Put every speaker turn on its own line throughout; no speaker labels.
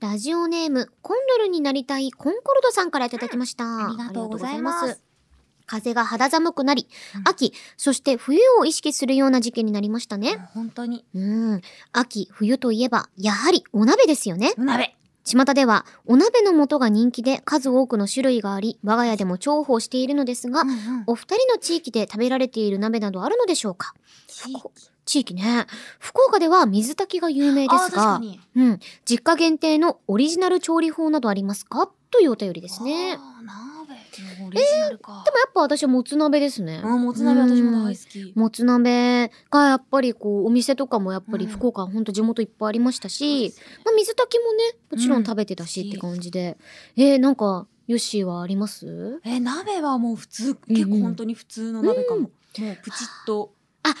ラジオネーム、コンドルになりたいコンコルドさんからいただきました。
ありがとうございます
ありがとうございます。風が肌寒くなり、
うん
秋、そして冬を意識するような時期になりましたね。
本当に。
うん。秋、冬といえば、やはりお鍋ですよね。
お鍋。
巷では、お鍋の素が人気で数多くの種類があり、我が家でも重宝しているのですが、お二人の地域で食べられている鍋などあるのでしょうか
地域
地域ね。福岡では水炊きが有名で
あー
す
確か
が、
に
うん。実家限定のオリジナル調理法などありますかというお便りですね。でも
あー鍋。オリジナルか。
やっぱ私はもつ鍋ですね。
あーもつ鍋私も
うん
大好き。
もつ鍋がやっぱりこうお店とかもやっぱり
うん
福岡ほんと地元いっぱいありましたし、まあ、水炊きもねもちろん食べてたしって感じで、えー、なんかヨッシーはあります
え鍋はもう普通
うん
結構本当に普通の鍋かも。もうプチッと。
あー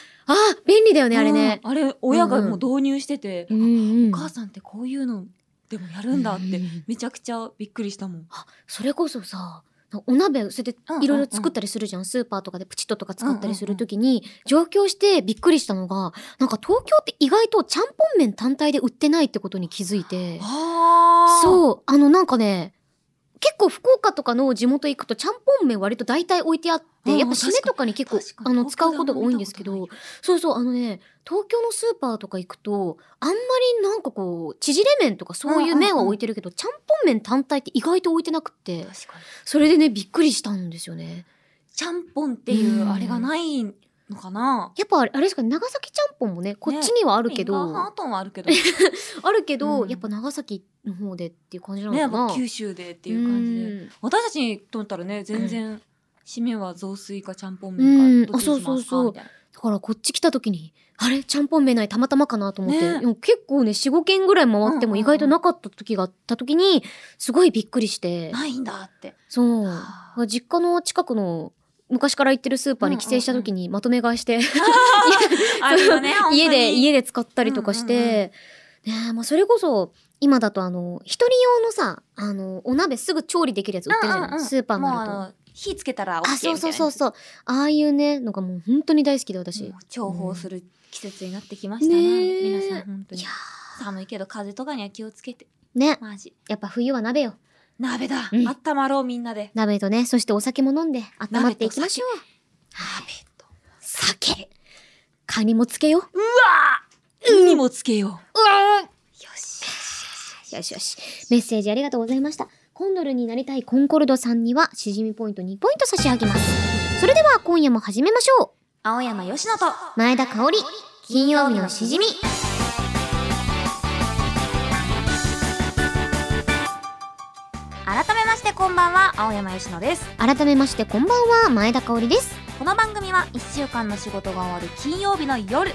便利だよねあれね、
うんあれ親がもう導入してて、
うんうん
お母さんってこういうのでもやるんだっ
う
て
ん
めちゃくちゃびっくりしたもん。
それこそさお鍋それで
うんうんうん
いろいろ作ったりするじゃん、スーパーとかでプチッととか使ったりするときに、上京してびっくりしたのがなんか東京って意外とちゃんぽん麺単体で売ってないってことに気づいて
あう。
そう、あのなんかね、結構福岡とかの地元行くとちゃんぽん麺割と大体置いてあって、
うんうん
やっぱ締めとかに結構
確か
あ
に
の使うことが多いんですけど、、そうそう、あのね、東京のスーパーとか行くと、あんまりなんかこう、縮れ麺とかそういう麺は置いてるけど、ちゃんぽん麺単体って意外と置いてなくって、
確かに
それでね、びっくりしたんですよね。
ちゃんぽんっていう
うん
あれがないのかな。
やっぱあれあれですかね、長崎ちゃんぽんもね、こっちにはあるけ
フィン
ど、
ガーハートンはあるけど、ね、
あるけど、
うん
やっぱ長崎の方でっていう感じなの
や
か
っ
な。
ぱ九州でっていう感じで。
うん
私たちにとったらね、全然締めは雑炊かちゃんぽん
うん
麺かどっちにし
あそ
ま
うそう
すか
そう
みたいな。
だからこっち来た時に、あれちゃんぽん麺ないたまたまかなと思って、
ね
でも結構ね、4、5軒ぐらい回って
うんうんう
も
ん
意外となかった時があった時に、すごいびっくりして、
ないんだって。
そう。
あ
実家の近くの昔から行ってるスーパーに帰省した時にまとめ買いして、
るよね
家で、
で。
家で使ったりとかして、ねえ、まあそれこそ、今だとあの、一人用のさ、あの、お鍋すぐ調理できるやつ売ってるじゃない、
うんうんうん
スーパーに
もう
な
あ
ると。
の火つけたら OK み
あ、
たい
そう
な。
そうそうそう。ああいうね、のがもう本当に大好きで私。
もう重宝する季節になってきましたね。
ねえ
皆さん本当
い
に
や
寒いけど風邪とかには気をつけて。
ーね。
マジ。
やっぱ冬は鍋よ。
鍋だ。
うん
あったまろうみんなで。
鍋とね、そしてお酒も飲んで、温まっていきましょう。
鍋と。
酒カニもつけよう。
うにもつけよう。よし。
よしよし。メッセージありがとうございました。コンドルになりたいコンコルドさんには、しじみポイント2ポイント差し上げます。それでは今夜も始めましょ
青山よしのと。
う。前田香織、金曜日のしじみ。
改めましてこんばんは、青山よしのです。
改めましてこんばんは、前田香織です。
この番組は1週間の仕事が終わる金曜日の夜。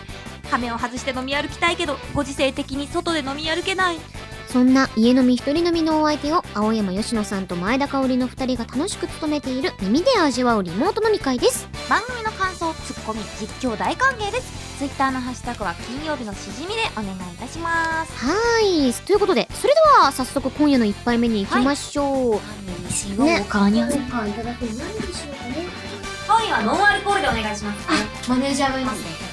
羽目を外して飲み歩きたいけど、ご時世的に外で飲み歩けない。
そんな家飲み一人飲みのお相手を青山佳乃さんと前田香織の2人が楽しく務めている耳で味わうリモート飲み会です
番組の感想ツッコミ実況大歓迎ですツイッターのハッシュタグは金曜日のしじみでお願いいたします
はーいということでそれでは早速今夜の1杯目に行きましょう、
何にし
よう
かにゃ
何かいただくの何でしょうかね
今夜はノンアルコールでお願いします
マネージャーがいますね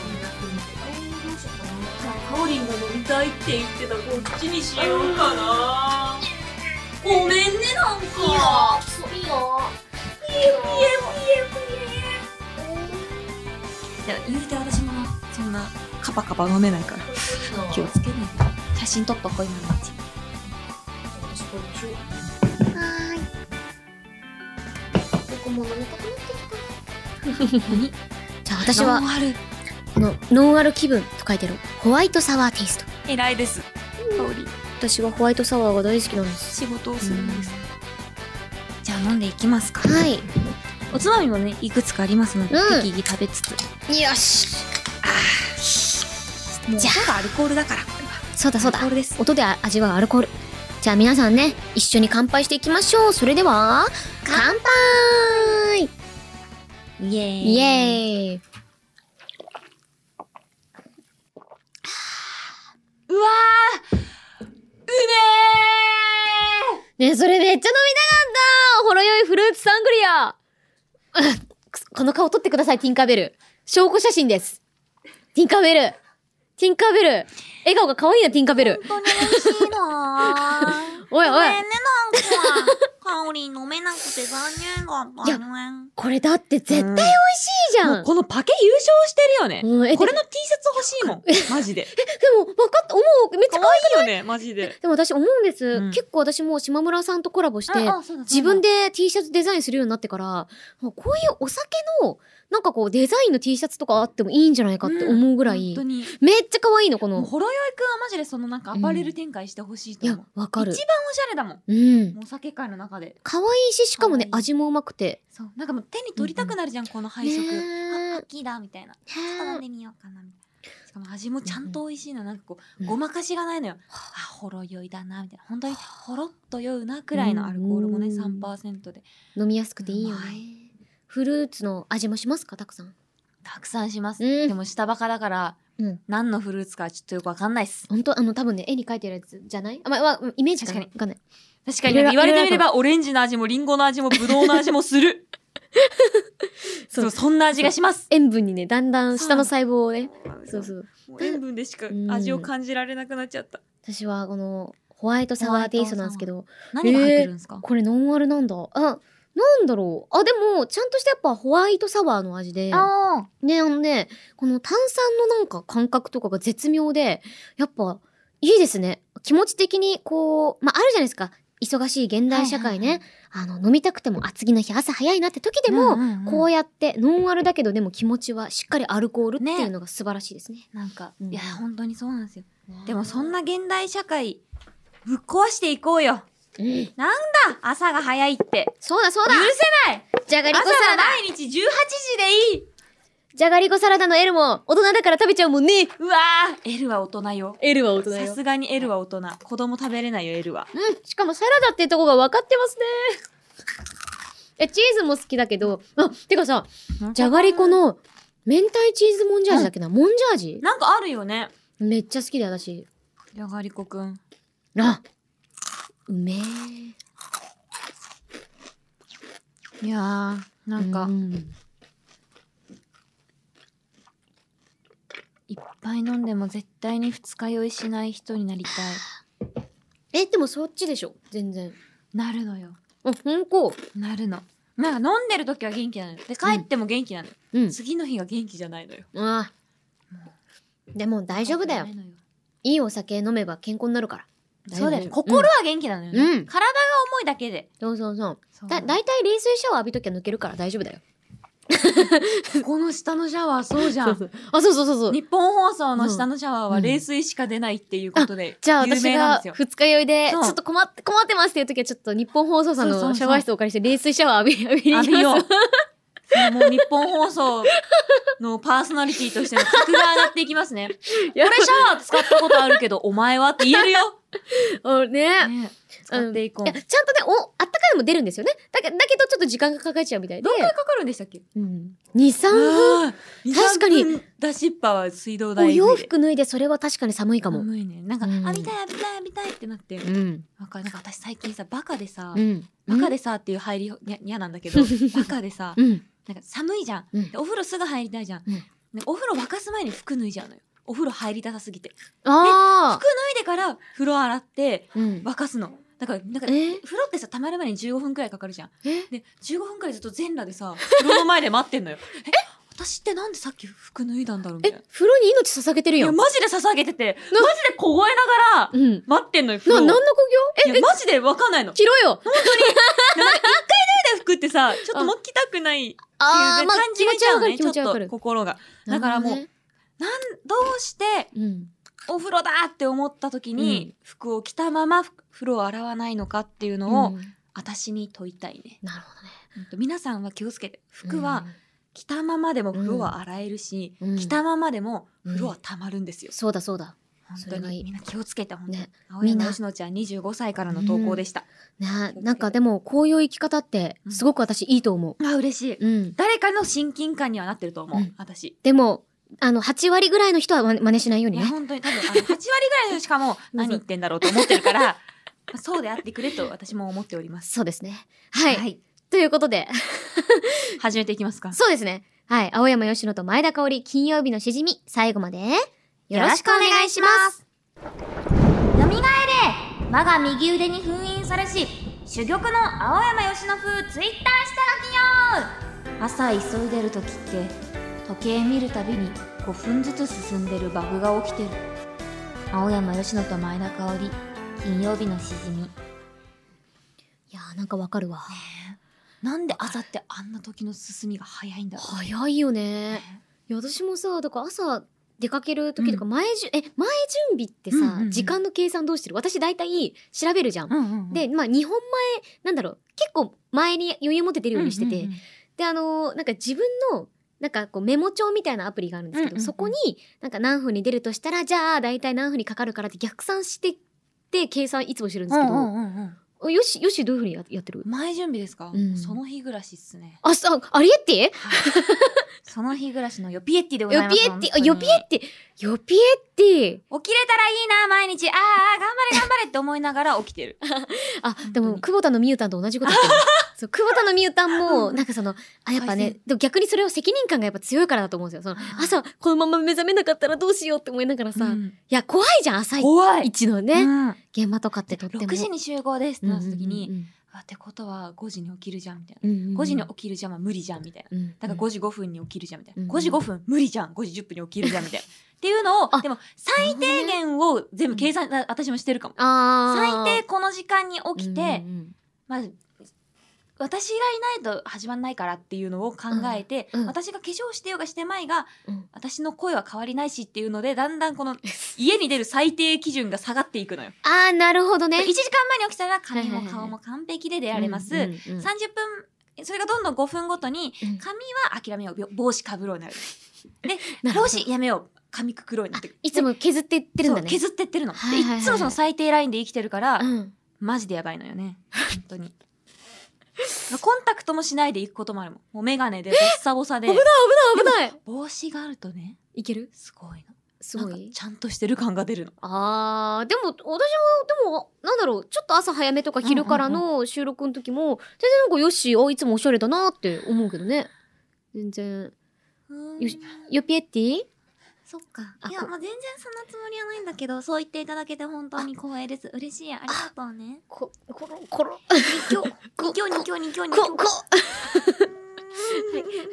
カオリンが飲みたいって言ってたこっちにしようかなごめんねなんかいいよいいよいいよいいよいや言うて私もそんなカパカパ飲めないから気をつけないと写真撮っとこう今のうち
はーい僕も飲みたくなって きたじゃあ私は
ノンアル
このノンアル気分と書いてあるホワイトサワーテイスト
偉いですカオリン
私はホワイトサワーが大好きなんです
仕事をするんです、じゃあ飲んでいきますか
はい
おつまみもねいくつかありますので、
うん
適宜食べつつ
よし
もう
じゃあ
音がアルコールだからこれは
そうだそうだ
アルコールです
音で味わうアルコールじゃあ皆さんね一緒に乾杯していきましょうそれでは乾杯
イエーイ
イエーイ
うわーうめ
ねそれめっちゃ飲みたかったほろ酔いフルーツサングリア あくそこの顔撮ってくださいティンカーベル証拠写真ですティンカーベルティンカーベル笑顔が可愛いなティンカーベル
ー本当に美味しいな
おい
ご
お
め
い
んね、なんか。カオリン飲めなくて残念だっ
い
た
や
ね。
これだって絶対美味しいじゃん、
もうこのパケ優勝してるよね。
うんえ
これ
で
の T シャツ欲しいも ん。マジで。
でも分かった思うめっち
可
ゃ
愛いよね、マジで。
でも私思うんです、
うん
結構私もう島村さんとコラボして
ああそうだそうだ
自分で T シャツデザインするようになってからもうこういうお酒のなんかこうデザインの T シャツとかあってもいいんじゃないかって思うぐらい、
本当に。
めっちゃ可愛いのこ
もう
の
ほろ酔いくんはマジでそのなんかアパレル展開してほしい
い
と
や
思う。
わかる
一番おしゃれだもん。
うん
もうお酒界の中で。
可愛いししかもね
可愛い
味もうまくて
そう。なんかもう手に取りたくなるじゃん、この配色。
ねえ
あ、秋だみたいな。ちょっと飲んでみようかなみたいな。しかも味もちゃんと美味しいの。なんかこう、
うん
ごまかしがないのよ。あ、ほろ酔いだなみたいな。本当にほろっと酔うなくらいのアルコールもね、
うん
3%で。
飲みやすくていいよ
う
ね
まい
フルーツの味もしますかたくさん
たくさんします。
うん
でも下バカだから、
うん
何のフルーツかちょっとよくわかんないっす。
本当あの多分ね絵に描いてるやつじゃないあまあまあイメージかなわ
確
かんない
確かに
いろいろ
言われてみれば、オレンジの味もリンゴの味もブドウの味もする。
そう
そう、そんな味がします。
塩分にねだんだん下の細胞をねそうそう
もう塩分でしか
うん
味を感じられなくなっちゃった。
私はこのホワイトサワーテイストなんですけど
何が入ってるんですか、
これノンアルなんだあなんだろうあでもちゃんとしたやっぱホワイトサワーの味で
あ
ねあのねこの炭酸のなんか感覚とかが絶妙でやっぱいいですね気持ち的にこうまああるじゃないですか忙しい現代社会ね、
はい
あの飲みたくても厚着の日朝早いなって時でも、こうやってノンアルだけどでも気持ちはしっかりアルコールっていうのが素晴らしいですね。
なんか、
うん
いや本当にそうなんですよでもそんな現代社会ぶっ壊していこうよ
うん
あ朝が早いって
そうだそう
許
だ
せない
じゃがり
朝
こ
は
サラダ
毎日18時でいい
じゃがりこサラダの L も大人だから食べちゃうもんね
うわー L は大人よ
L は大
さすがに L は大人子供食べれないよ L は
うん、しかもサラダってとこが分かってますね。え、チーズも好きだけど、あ、てかさ、じゃがりこの明太チーズもんじゃ味だっけな、もんじゃ味
なんかあるよね
めっちゃ好きで私。
じゃがりこくん
あうめえ。
いやーなんか
う
いっぱい飲んでも絶対に二日酔いしない人になりたい
え、でもそっちでしょ全然。
なるのよ
あ、ほんこ。
なるのなんか飲んでる時は元気なのよで帰っても元気なのよ、
うん。
次の日が元気じゃないのよ
あでも大丈夫だよ。いいお酒飲めば健康になるから。
そうだ
大丈
よ、ね、
夫
心は元気なのよね、
うん
体が重いだけで
そうそうそう。
そう
だ、だいたい冷水シャワー浴びときゃ抜けるから大丈夫だよ。
この下のシャワーそうじゃん
そうそうあ、そうそうそうそう。
日本放送の下のシャワーは冷水しか出ないっていうことで
じゃあ
有
私
名なん
が
ですよ、
二日酔いで、ち
そう
ょっと困って、困ってますっていう時はちょっと日本放送さん
そうそうそ
の
う
シャワー室をお借りして冷水シャワー浴び、浴びに行き
浴びよ
ま
う
す。
もう日本放送のパーソナリティとしての格が上がっていきま すね
いや
俺シャワー使ったことあるけどお前はって言えるよ、
あね。いや、
ね、使っていこう、
ちゃんとね、お、あったかいのも出るんですよね。だけだけどちょっと時間がかかっちゃうみたいで
ど。んくらいかかるんでしたっけ
うん。2、3分。
あー
確かに
23分出しっぱは水道代
お
で
洋服脱いでそれは確かに寒いかも。
寒いねなんか、
うん
浴びたい浴びたい浴びたいってなって
うん。
わかるなんか私最近さバカでさ、
うん。
バカでさっていう入りにゃ嫌なんだけどバカでさ
うん。
なんか寒いじゃん、
うん
でお風呂すぐ入りたいじゃん、
うん
でお風呂沸かす前に服脱いじゃうのよお風呂入りたさすぎて
ああ
服。脱いでから風呂洗って
うん。
沸かすのだからなんか
え
風呂ってさ溜まる前に15分くらいかかるじゃん
え
で15分くらいずっと全裸でさ風呂の前で待ってん のよえ私ってなんでさっき服脱いだんだろうみたい
え
な、
風呂に命捧げてる
い
や
や、
ん。
マジで捧げてて、マ
な
ジで凍えながら、
うん。
待ってんのよ、風
な、
呂
何
を。
の呼吸
い
え、
や、マジでわかんないの。
着ろよ。
着て服ってさ、ちょっともう着たくないっていう
ああ、
感
まあ
じ
気
が
持
し
ち
ちゃ
はわ
うの
かる、
ね、
気
ちょ
持
っ
ちはわか
と
る。
心が。だからもう
なる
どうして、
ほどね、うん。
お風呂だって思った時に、服を着たまま風呂を洗わないのかっていうのを、
うん
私に問いたいね。
なるほどね。
ほんと皆さんは気をつけて。服は、着たままでも風呂は洗えるし、
うん
着たままでも風呂は溜まるんですよ。
そうだそうだ。
本
そ
当
れがい
に。
い
みんな気をつけて、本当に
ね。
青山吉野ちゃん25歳からの投稿でした。
ね
けて
なんかでもこういう生き方って
うん
すごく私いいと思
あ、嬉しい。
う。うん。
誰かの親近感にはなってると思う、
うん
私。
でも、あの、8割ぐらいの人はま真似しないよう
い
に
や、
ね。
本当に多分、あの、8割ぐらいのしか も、何言ってんだろうと思ってるから、まあそうであってくれと私も思っております。
そうですね。はい。
はい。
ということで、
始めていきますか。
そうですね。はい。青山吉野と前田香織、金曜日のしじみ、最後までよろしくお願いします。
す。蘇れ
我が右腕に封印されし珠玉の青山由伸風ツイッター下書きよ朝急いでる時って時計見るたびに5分ずつ進んでるバグが起きてる青山由伸と前田香織金曜日のしじみ
いやーなんかわかるわ。
なんで朝ってあんな時の進みが早いんだろ
早いよ
う
ね。
ね
いや私もさだから朝出かける時とか
う
前じゅ、え前準備ってさ、
うんうんうん
時間の計算どうしてる私大体調べるじゃん。
うんうんうん
でまあ2本前なんだろう結構前に余裕持って出るようにしてて、
うんうんうん
であのーなんか自分のなんかこうメモ帳みたいなアプリがあるんですけど、
うんうんうん
そこになんか何分に出るとしたらじゃあ大体何分にかかるからって逆算してって計算いつもしてるんですけど、
うんうんうん
およしよしどういうふうにややってる
うん前準備ですか、
うん
その日暮らしっすね
あさアリエッティ
その日暮らしのヨピエッティでござい
ヨ
ます
ピエッティ、あ
本当に
ヨピエッティ、ヨピエッティ。
起きれたらいいな毎日あーあー頑張れ頑張れって思いながら起きてる
あ
当、に
でも、久保田のみゆたんと同じこと言ってるそう、久保田のみゆたんも、なんかその、あ、やっぱ
改
ね
善、
でも逆にそれを責任感がやっぱ強いからだと思うんですよ。その、朝、このまま目覚めなかったらどうしようって思いながらさ、
う
い
ん
や、怖いじゃん、朝
怖い、
一のね、
うん、
現場とかってとっても。
6時に集合ですってなった時に、
うん
あってことは5時に起きるじゃんみたい
うんうん、うんうんうん
な5時に起きるじゃんは無理じゃんみたいな
うん
だから5時5分に起きるじゃんみたい
うん
な5時5分無理じゃん5時10分に起きるじゃんみ たいなっていうのを
あ
でも最低限を全部計算、あ私もしてるかも
あー
最低この時間に起きて、
うんうん
まあ私がいないと始まんないからっていうのを考えて、
うんうん
私が化粧してようがしてまいが、
うん
私の声は変わりないしっていうのでだんだ んこの家に出る最低基準が下がっていくのよ。
あー、なるほどね
1。時間前に起きたら髪
は
も
いはいはい
顔も完璧で出られます。
うんうんうん
30分それがどんどん5分ごとに
うん
髪は諦めようびょ帽子かぶろうになる。
なるほど
帽子やめよう髪くくろうになってくる
いつも削っていってるんだ
そう
ね。
削ってってるの。で
はいはいはいはい
いつもその最低ラインで生きてるから、
うん。
マジでやばいのよね本当にコンタクトもしないで行くこともあるもんもう眼鏡でボッサボサで
危ない危ない危ない
帽子があるとね
いける
すごいの
すご
なんか
い
ちゃんとしてる感が出るの
あーでも私もでもなんだろうちょっと朝早めとか昼からの収録の時も、全然なんかよしあいつもおしゃれだなって思うけどね全然よしヨピエッティ
そっか
あ
いや
こ
まあ全然そんなつもりはないんだけどそう言っていただけて本当に光栄です嬉しいありがとうね
こころころ
二強二強二強二強二強
ここ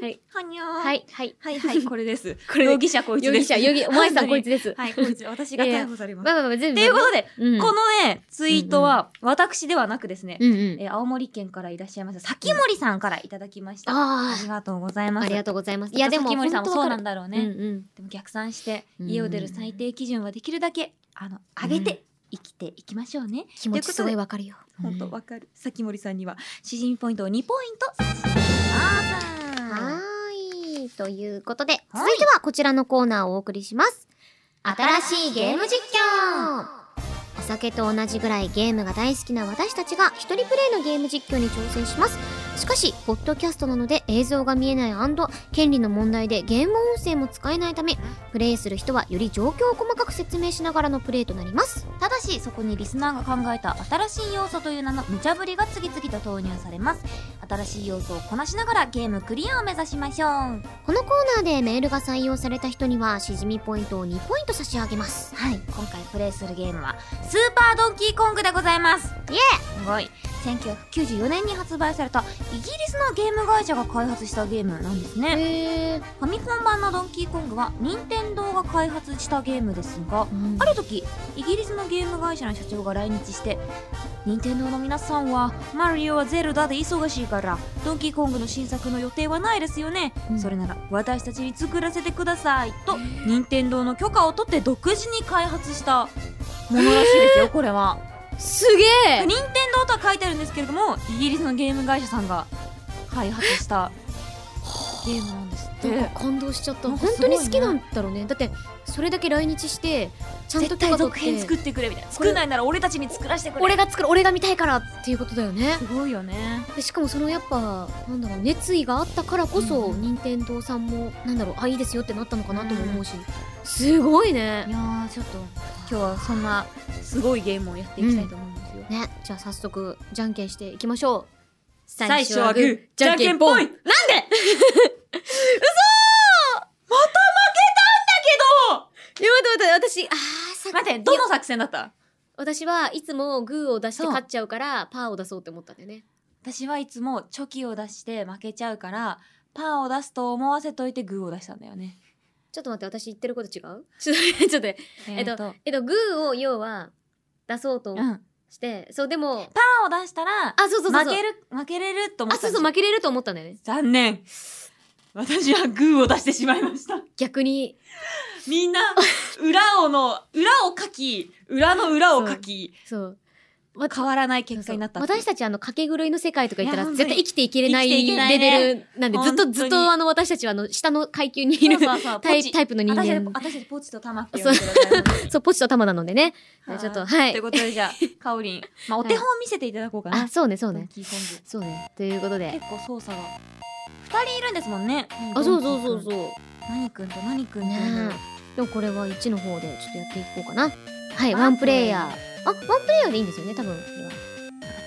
はい
はにゃー
はいはい
はいはいこれです
こ
容
れ
疑者こいつ
容
で
疑
す
者容疑お前さんこい
つ
つです、
はいこいつ私が逮捕されます
まあまあまあ全
と
部
いうことで
とで、うん、
このね、ツイートは、私ではなくですね、
うんうん
えー青森県からいらっしゃいました、先森さんからいただきました。あ
あ
りがとうござい
あ
ます。
ありが
と
とうございますいやでも
先森さんもそうなん
だ
だろう
う
ね。
んうん
でも逆算して、
うん
家を出る最低基準はできるだけ、あの、上げて生きていきましょうね。
気持ちすごいわかるよ
本当
うん
わかる。先森さんには、しじみポイントを2ポイント差し上げ
は
ます。
ーい。ということで、続いてはこちらのコーナーをお送りします。新しいゲーム実況お酒と同じぐらいゲームが大好きな私たちが一人プレイのゲーム実況に挑戦します。しかし、ポッドキャストなので映像が見えない権利の問題でゲーム音声も使えないため、プレイする人はより状況を細かく説明しながらのプレイとなります。
ただしそこにリスナーが考えた新しい要素という名の無茶ぶりが次々と投入されます新しい要素をこなしながらゲームクリアを目指しましょうは
このコーナーでメールが採用された人には、しじみポイントを2ポイント差し上げます。
い今回プレイするゲームはスーパードンキーコングでございます
イエ
すごい1994年に発売されたイギリスのゲーム会社が開発したゲームなんですね
へー。
ファミコン版のドンキーコングは任天堂が開発したゲームですがある時イギリスのゲーム会社の社長が来日して任天堂の皆さんはマリオはゼルダで忙しいからドンキーコングの新作の予定はないですよね、
うん
それなら私たちに作らせてくださいと任天堂の許可を取って独自に開発したものらしいですよ、 これは
すげえ
任天堂とは書いてあるんですけれどもイギリスのゲーム会社さんが開発したゲームなんですって
なんか感動しちゃった、
なんか
本
す
当
ごいね
に好きなんだろうねだってそれだけ来日してちゃんと
絶
許
対
可取
続編作ってくれみたいな作んないなら俺たちに作らせてくれ
俺が作る俺が見たいからっていうことだよね
すごいよね
でしかもそのやっぱなんだろう熱意があったからこそ、
うん
任天堂さんもなんだろうあいいですよってなったのかなとも思うし、すごい
い
ね
やーちょっと今日はそんなすごいゲームをやっていきたいと思うんですよ、
ねじゃあ早速じゃんけんしていきましょう
最初はグーじゃんけんぽいなんで嘘ーまた負けたんだ
え待って待って私あーさ
けど待ってどの作戦だった
私はいつもグーを出して
そう
勝っちゃうからパーを出そうって思ったんだよね
私はいつもチョキを出して負けちゃうからパーを出すと思わせといてグーを出したんだよね。
ちょっと待って私言ってること違う ちょっと待ってちょっと待って
え
っとえっとグーを要は出そうと
うん、
して、そうでも
パーを出したら
あそうそうそうそう
負ける負けれると思
あ
った
そ
ん
う
です
そう負けれると思ったんだよね
残念私はグーを出してしまいま した
逆に
みんな裏をの裏を書き裏の裏を書き
そう
変わらない結果になった
そうそう私 たちあの賭け狂いの世界とか行ったら
いや
絶対生きていけれない
生きていけな
レ
いね
ベルなんで、ずっ
本当
と
に
ずっとあの私たちはあの下の階級にいる
そうそうそう
タ
ポ
イ
チ
タイプの人
私たち
間
私たちポチと玉って呼んでください
そうポチと玉なのでね
はい
ちょっと はい
ということでじゃあかお りんまあお手本を見せていただこうかな
あそうねそうね
ドンキーコング
そうねということで
結構操作が二人いるんですもんね
あそうそうそうそうう
何くんと何くんと
ねえでもこれは1の方でちょっとやっていこうかなはい
あ
ワンプレイヤーあワンプレイヤーでいいんですよね多分これは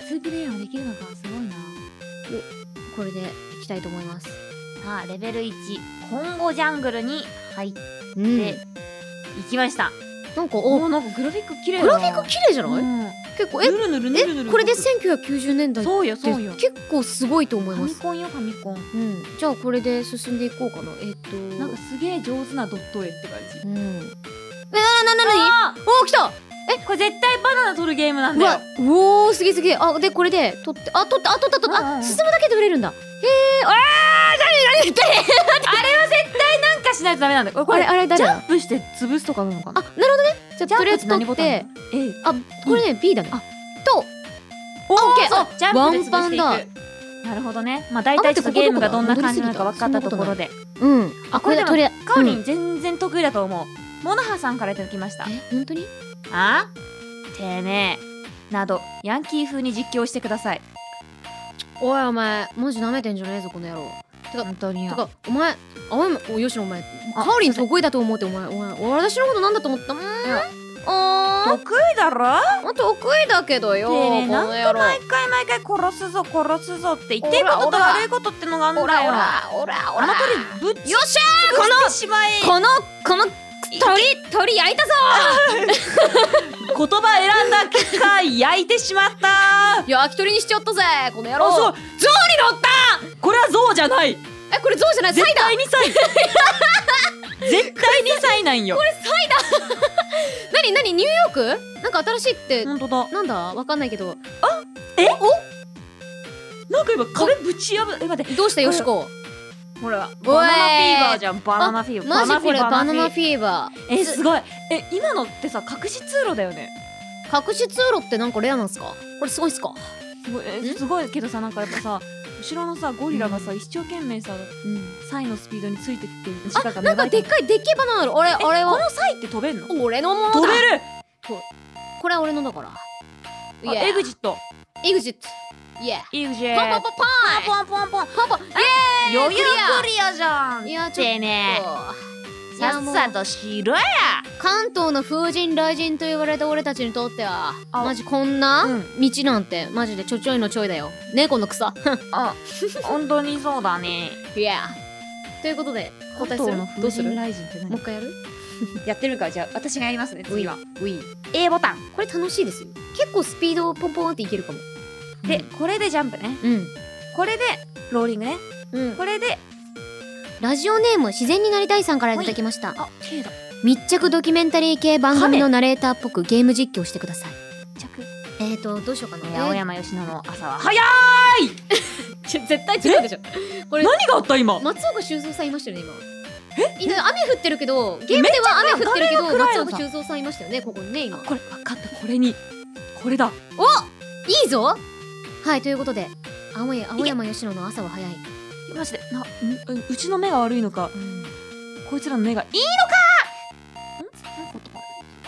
ツープレイヤーもできるのかすごいな
これでいきたいと思います
さあレベル1今後ジャングルに入って
うん
行きました
なんか
お
お
おなんかグラフィック綺麗だ
グラフィック綺麗じゃない
うん
結構え
ぬるぬるぬるぬ
え
る
これで1990年代っ
そうよ
て
そうよ
結構すごいと思い
ファ
ま
ミ
す
コンよファミコン
うん、じゃあこれで進んでいこうかなえっと
なんかすげえ上手なドット絵って感じ
うんえななななに
あ
おー来た
ーこれ絶対バナナ取るゲームなん
う
だよ
わうおーすげえすげえあでこれで取ってあ取ったあ取った取っ
うんうん
た
う
あ
ん
進むだけで売れるんだへえあー誰誰誰
なんかしないとダメなんだよこ
あれ
れ
あれ誰
ジャ
だ
ンプして潰すとかなのか
あな
な
るほどねじゃあとりあえず取って
ええ
あこれね B だね
あ
と
オ
ッケー
あジャンプで
ワン
潰してい
パン
くなるほどねまあ大体ちょっとゲームがどんな感じなのか分かったところで
うんあこれだ
こ
と
れ
りあ
カオリ
うん
ン全然得意だと思うモナハさんからいただきました
え本当に
あてめえなどヤンキー風に実況してください
おいお前マジ舐めてんじゃねえぞこの野郎
本当に
て
よ
かお前あおいおよしのお前
あ
カオリン得意だと思うってお前お前私のことなんだと思ったんあー
得意だろ
あ得意だけどよ
てめ
こ
え
の
なん
野
と
郎
毎回毎回殺すぞ殺すぞって言ってること
おら
と
おら
悪いことってのがあんだよ
おらおらおらお
あ
ら
の鳥ぶっ
よっし
このしまえ
ゃーこのこの鳥鳥焼いたぞ
言葉選んだ結果焼いてしまったあ
焼き鳥にしちゃったぜこの野郎
そ
象
う
に乗った
これは象じゃない
えこれ象じゃないサイ
絶
だ
対に歳絶対に歳なんよ
何何ニューヨークなんか新しいって
本当だ
なんだわかんないけど
えなんか今壁ぶち破え待って
どうしたよしこ
ほら
え
バナナフィーバーじゃんバナナフィーバー
マジこれバナナ
ィー
フィーバー
えすごいえ今のってさ隠し通路だよね
隠し通路ってなんかレアなんすかこれすごいっすか
すごいえ
ん
すごいけどさなんかやっぱさ後ろのさゴリラがさ一生懸命さ
うん
サイのスピードについてってる
あなんかでっ
か
かいでっけえバナナある俺
あれ
俺
はこ
は
のサイって飛べんの
俺のものだ
飛べる
これは俺のだから
あ
Yeah
エグジット
エグジットイエ
エグジ
ー
ッ
パンパン
ト
パン
ポンポンポ
パ
ン
ンパンパン
余
裕ク
リアじゃ
んいやちょっと
てめえ
いやもう
としろや
関東の風神雷神と言われた俺たちにとっては
あ
マジこんな
うん
道なんてマジでちょちょいのちょいだよ猫の 草
あ本当にそうだね
いやということで交代するどうするもう
雷神って
一回やる
やってみるかじゃあ私がやりますね次は
うい
A ボタン
これ楽しいですよ結構スピードポンポンっていけるかも
でこれでジャンプね
うん、
これでローリングね
うん、
これで
ラジオネーム自然になりたいさんからいただきました
あ K だ
密着ドキュメンタリー系番組のナレーターっぽくゲーム実況してください
着
えーとどうしようかな
八百山吉野の朝は早い
ちょ絶対違うでしょこれ
何があった今
松岡修造さんいましたよね今え雨降ってるけどゲームでは雨降ってるけ
め
ど
っちゃ暗い
松岡修造さんいましたよねここにね今
これ分かったこれにこれだ
いいぞはいということで青い青山吉野の朝は早い、
マジでなんうちの目が悪いのか
うん
こいつらの目がいい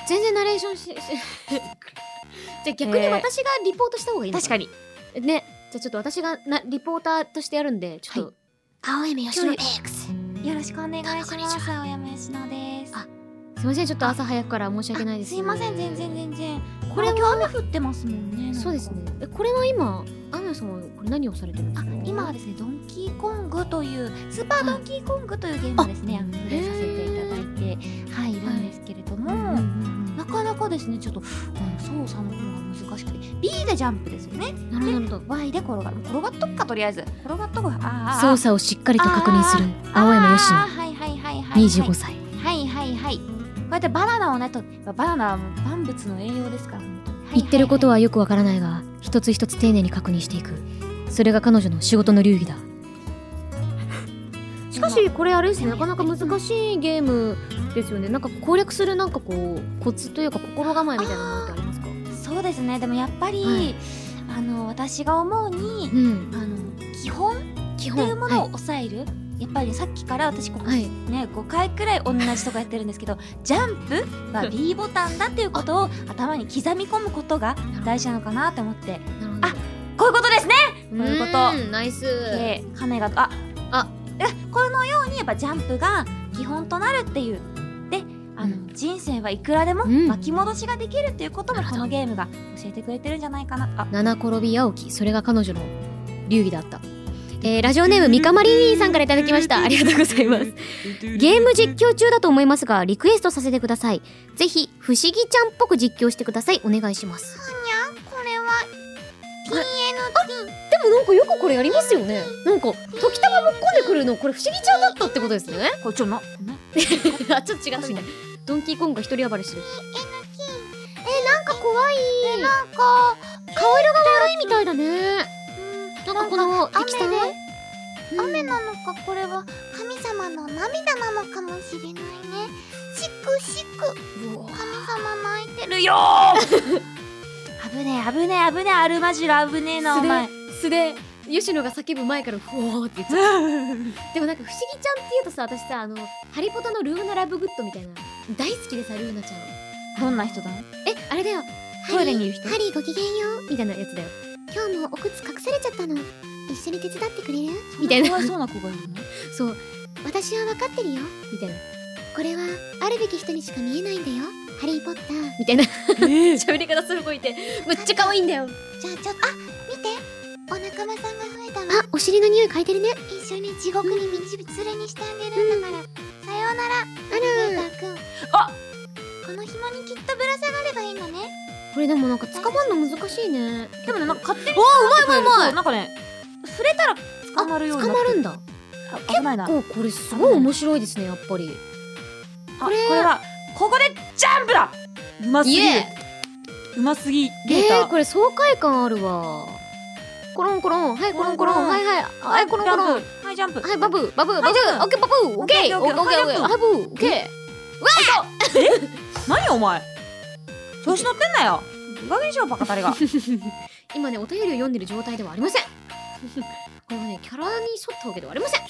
全然ナレーションし しじゃあ逆に
えー
私がリポートした方がいいのか
確
な
かに
ねじゃあちょっと私がなリポーターとしてやるんでちょっと、
は
青山吉野 X
よろしくお願い
どうもこ
し
んに
ま
ち
す青山よしのです
あすいませんちょっと朝早くから申し訳ないです
すいません全然全然
これ
は雨降ってますもんねなんか
そうですねえこれは今アンナさんはこれ何をされてるんで
あ
すか
今はですねドンキーコングというスーパードンキーコングというゲームをですね、
あ
あのプレイさせていただいてはいいるんですけれども、
うんうんうんうんうん
なかなかですねちょっと、うん、操作の方が難しくて B でジャンプですよね
なるほどなるほど
Y で転がる転がっとくかとりあえず転がっとくあーあー
操作をしっかりと確認する青山よし
あーはいはいはいはい、
の25歳
はいはいはいこうやってバナナをねとバナナはもう万物の栄養ですから本当に
言ってること
は
はよくわからないが一つ一つ丁寧に確認していくそれが彼女の仕事の流儀だ しかしこれあれですねなかなか難しいゲームですよねなんか攻略するなんかこうコツというか心構えみたいなものってありますか
いはいはいそうですねでもやっぱり、
はい
あの私が思うに
うん
あの基本っ
基
て
本
いうものを
は
抑える、やっぱりさっきから私ここ
い、はい
ね5回くらい同じとこやってるんですけどジャンプ は B ボタンだっていうことを頭に刻み込むことが大事なのかなと思って
なるほ
あこういうことですね
ど
こういうこと
んナイス
でカメがあ
あ
えこのようにやっぱジャンプが基本となるっていうであの、
うん
人生はいくらでも
うん
巻き戻しができるっていうこと
なる
も
ほ
こ
ど
のゲームが教えてくれてるんじゃないかなあ
七転び八起きそれが彼女の流儀だった、えーラジオネームミカマリリーさんからいただきま したありがとうございますゲーム実況中だと思いますがリクエストさせてくださいぜひ不思議ちゃんっぽく実況してくださいお願いします
これは PNT
でもなんかよくこれやりますよねなんか時たまぶっこんでくるのこれ不思議ちゃんだったってことですね
これちょなな
あちょっと違ったみたいドンキーコングが一人暴れしてるえなんか怖い
なんか
顔色が悪いみたいだねなんかこの
雨
液体
で
うん
雨なのかこれは神様の涙なのかもしれないねしくしく神様泣いてるよ
危ねえ危ねえ危ねえアルマジロ危ねえなお前
素で素で吉野が叫ぶ前からふおーって言っちゃったでもなんか不思議ちゃんっていうとさ私さあのハリポタのルーナラブグッドみたいな大好きでさルーナちゃん
どんな人だね
えあれだよ
トイレにいる人
ハリーごきげんようみたいなやつだよ
今日もお靴隠されちゃったの一緒に手伝ってくれる
みたいな
怖そうな子がいるの
そう
私は分かってるよ
みたいな
これはあるべき人にしか見えないんだよハリー・ポッター
みたいな
ええ
喋り方すごいてめっちゃ可愛いんだよ
じゃあちょっとあ見てお仲間さんが増えたわあお尻の匂い嗅いでるね一緒に地獄に道連れにしてあげるんだから、さようならあらーターくん
あ
この紐にきっとぶら下がればいいんだね
これでもなんか捕まんの難しいね
でもねなんか勝手に
わあうまいうまいうま
そ
いう
なんかね触れたら捕まるよう
捕
になって
ま
る
るんだ
あ危ないな
おこれすごい面白いですねやっぱり
あ
これ
これはここでジャンプだうますぎ
イ
る
エ
うますぎゲータ
えー、これ爽快感あるわコロンコロンはいコロンコロン
コロンコロン
はいはいはいコロンコロンは
ジャンプはいジャ
い
ンプ
バブバブバブオ
はいジャン
ッ
プ
ケーバブオッケーオッケーオ
オッケー
ッケーオッケー
オッケーオッケー
ハブオッケー
何お前調子乗ってんなよいい加減にしろバ カタレが
今ねお便りを読んでる状態ではありません これはねキャラに沿ったわけではありません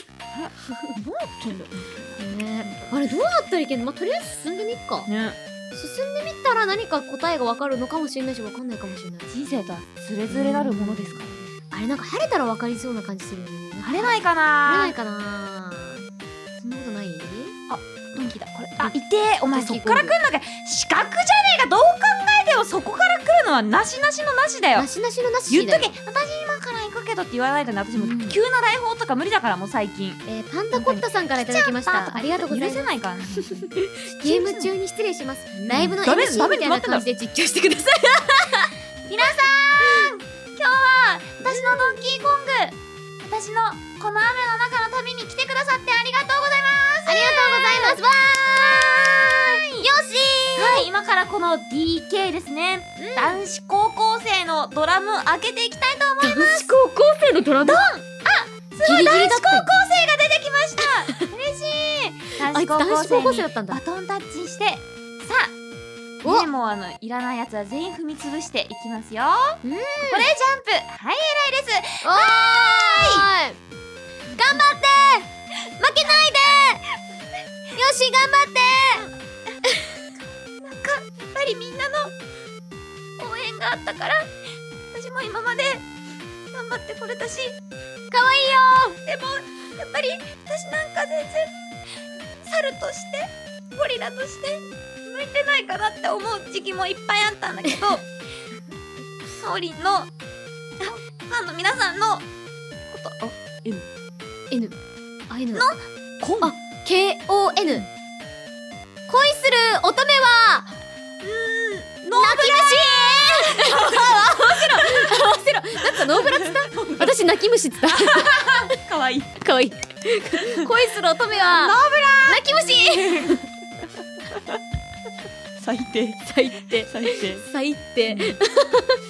どうやってんだよ
あれどうやったらいけんのまあ、とりあえず進んでみっか
ね
進んでみたら何か答えがわかるのかもしれないしわかんないかもしれない
人生とはズレズレなるものですから
あれなんか晴れたらわかりそうな感じするよね
晴れないいか
晴れな
ない
かなそんなことない
ドンキだこれあいてえお前
ドン
そ
キ
っから来んのか資格じゃねえかどう考えてもそこから来るのはなしなしのなしだよ
なしなしのなし
言っ
だ
と
よ
け私今から行くけどって言わないとね私も
うん
急な来訪とか無理だからもう最近
えーパンダコッタさんからいただきましたありがとうございま
許せないからね
すゲーム中に失礼しますライブの
ダメ
MC
ダメ
みたいな感じで実況してください
私のドンキーコング私のこの雨の中の旅に来てくださってありがとうございますありがとうございますわーいよし
はい、今からこの DK ですね、男子高校生のドラム開けていきたいと思い
男子高校生のドラマあすごい
ます男子高校
男
生が出てきました嬉しい男
あい
子
つ男子高
高
校
校
生
生
だ
に
ったんだ
バトンタッチしてさ
お
あねもうあのいらないやつは全員踏み潰していきます
う
よ
ん
ここでジャンプはい偉いです
おーい頑張って負けないでよし頑張って
やっぱりみんなの応援があったから私も今まで頑張ってこれたし可愛いよでもやっぱり私なんか全然猿としてゴリラとして向いてないかなって思う時期もいっぱいあったんだけ どサオリンのあファンの皆さんのことあ
N I N の
こん
あ K O N 恋する乙女は
な
き 虫合わせろ合わせろなんつったノーブラつった私泣き虫つった
かわいい
かわいい恋する乙女はノーブラ泣き虫
最低
最低
最低
最低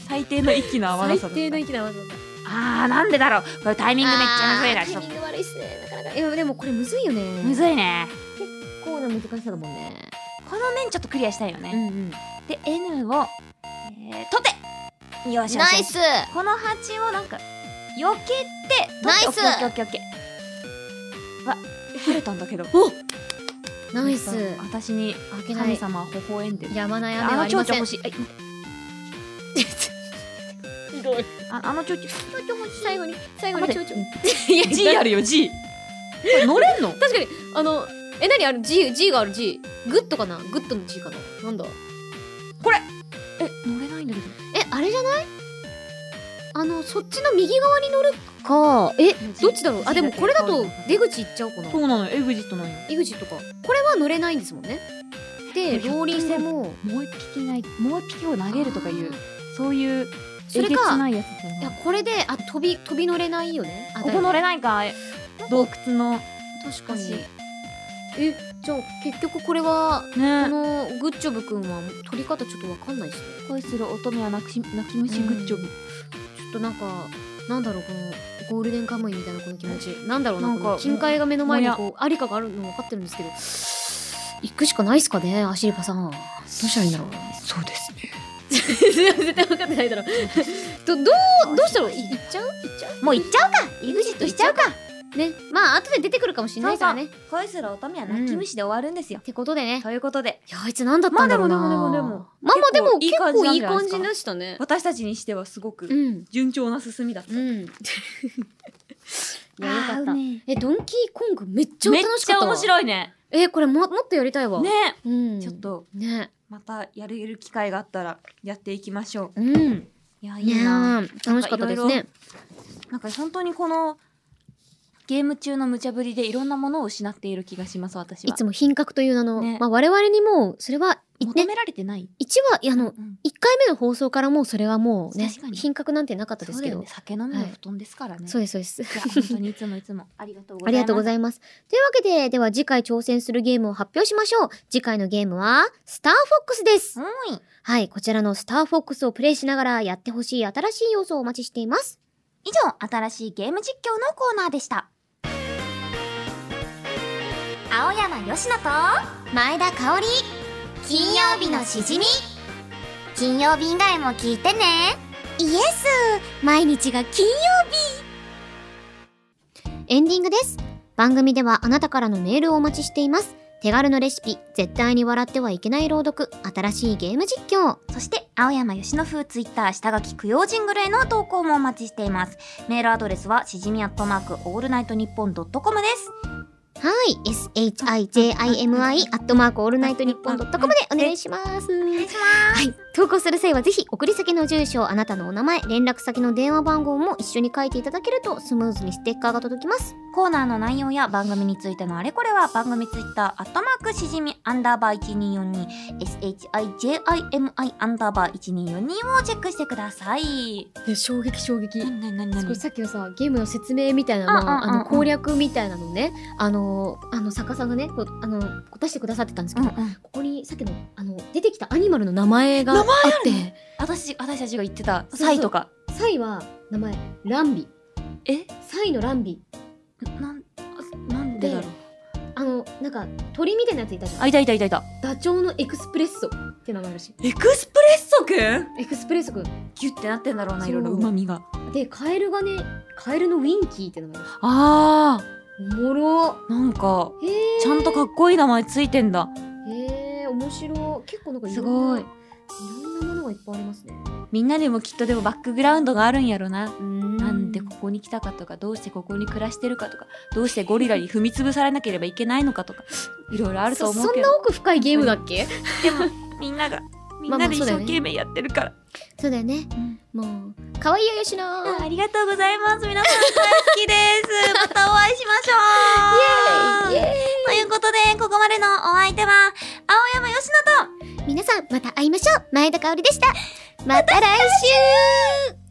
最低の息の合わ
最
なさだった
低の息なわざだ
あーなんでだろうこれタイミングめっちゃむずいな
あー
ちょっ
タイミング悪いっすねなかなかいやでもこれむずいよね
とむずいね
結構な難しさだもんね
この面ちょっとクリアしたいよね、
んうん
で N を、えー、取ってよしよしよし
ナイスナ
この鉢をなんか避けて
ナイス
取ってオッケーオッケーオッケーわ
取れたんだけど
イス
私に
開けな
神
い
様は微笑んでる
やまない雨
あ
はあ
の
り
蝶
ま
々
せん
欲しいえ
ひどい
ああの蝶々
最後に最後
あ
に
待
蝶
っ
々
て
いや
G あるよ G これ乗れんの
確かにあのえ何ある G, G がある G グッドかなグッドの G かななんだ
え乗れないんだけど
えあれじゃないあのそっちの右側に乗るかえどっちだろうあでもこれだと出口行っちゃうかな
そうなのよエグジットなんよ
井口とかこれは乗れないんですもんねで
ひょっ
ロー
と
リ
し
ン
て
グも
もう一匹いないもう一匹を投げるとかいうそういう
そ
え
れ
げつ
か
ないやつだ
い
な
やこれであ飛び飛び乗れないよねあ
ここ乗
れ
れないか洞窟の
確かに
橋
えじゃあ結局これはこ
ね
のグッチョブくんは取り方ちょっとわかんないですね
恋する乙女は泣き泣き虫グッジョ
ち
ブ
ょっとなんかなんだろうこのゴールデンカムイみたいなこの気持ちなんだろうな
なん
こ
か
の金塊が目の前に
もや
こうありかがあるの分かってるんですけど行くしかないっすかねアシリカさんどうしたらいいんだろう
そうですね
絶対分かってないだろう どどうどうしたらいい行っちゃう行っちゃう
もう行っちゃうかイグジッ
EXIT
ト
し
し
ち
ち
ゃ
ゃ
う
う
か
か
ねまあ後で出てくるかもしれないからね
恋する乙女は泣き虫で終わるんですよ、
ってことでね
ということで
いやあいつ何だったんだろうな
まあでもでもでもでも
まあまあでも結
結構
構い
い
い
い
感
感
じ
じ
で
な
したね
私たちにしてはすご
う
く
ん
順調な進みだった
うん いやよか
あ
っ
ー
た
うめえ
えドンキーコングめっちゃ
めっ
楽し
ち
かっ
ゃ
たわ
面白いね
えこれももっとやりたいわ
ね
うん
ちょっと
ね
またやれる機会があったらやっていきましょう
うん
いやい
い
い
や
な
ー楽しかったです
な
ね
なんか本当にこのゲーム中の無茶ぶりでいろんなものを失っている気がします私
い
は
つも品格という名の、
ね
まあ我々にもうそれは
求
ね
められてない
一話いやあの
うん
一回目の放送からもうそれはもうね
確かに
品格なんてなかったで
そ
す
うだ
け
よ
ど
ね酒飲みは布団ですからね、
そうですそうです
いや本当にいつもい つもありがとうご
あ
ざい
り
ます
がとうございます。というわけで、では次回挑戦するゲームを発表しましょう。次回のゲームは、スターフォックスです。
うん
はい、こちらのスターフォックスをプレイしながらやってほしい新しい要素をお待ちしています。
以上新しいゲーム実況のコーナーでした青山佳乃と前田香織金曜日のしじみ金曜日以外も聞いてねイエス毎日が金曜
エンディングです。番組ではあなたからのメールをお待ちしています。手軽のレシピ、絶対に笑ってはいけない朗読、新しいゲーム実況。
そして青山佳乃風ツイッター下書き供養ジングルへの投稿もお待ちしていますメールアドレスはしじみアットマークオールナイトニッポンドットコムです
はい、shijimi アットマークオールナイトニッポンドットコムでお願いします。
願いしま
はい、投稿する際はぜひ送り先の住所あなたのお名前連絡先の電話番号も一緒に書いていただけるとスムーズにステッカーが届きます
コーナーの内容や番組についてのあれこれは番組ツイッターアットマークしじみアンダーバー1242 shijimi アンダーバー1242をチェックしてください。
ね衝撃衝撃
なになになになに
これさっきのさゲームの説明みたいな
うんう
の
んうんう
あ
ん
の攻略みたいなのねあのあの作家さんがねこうあの出してくださってたんですけど、ここにさっきのあの出てきたアニマルの名前があって
私私たちが言ってた
そうそう
サイとか
サイは名前ランビ
え
サイのランビ
なんなんでだろう
あのなんか鳥みたいなやついたじゃん
あいたいたいたいた
ダチョウのエクスプレッソって名前らしい
エクスプレッソくん
エクスプレッソくん
ギュってなってんだろうな
そう
いろいろうまみが
でカエルがねカエルのウィンキーって名前だ
あ
おもろ
ーなんか
へえ
ちゃんとかっこいい名前ついてんだ
へえ面白い結構なんかいろんな
すごい
いろんなものがいっぱいありますね
みんなでもきっとでもバックグラウンドがあるんやろなな
なん
でここに来たかとかどうしてここに暮らしてるかとかどうしてゴリラに踏み潰されなければいけないのかとかいろいろあると
そそ
思
うそん
けど
な奥深いゲームだっけ
でもみん ながみん
まあ
なで
そう
一
だよ
生
ね
懸命やってるから、
そうだよねもう可愛いよよしの
うんありがとうございます皆さん大好きですまたお会いしましょう
イエーイ
ということでここまでのお相手は青山佳乃と
皆さんまた会いましょう前田香織でしたまた来週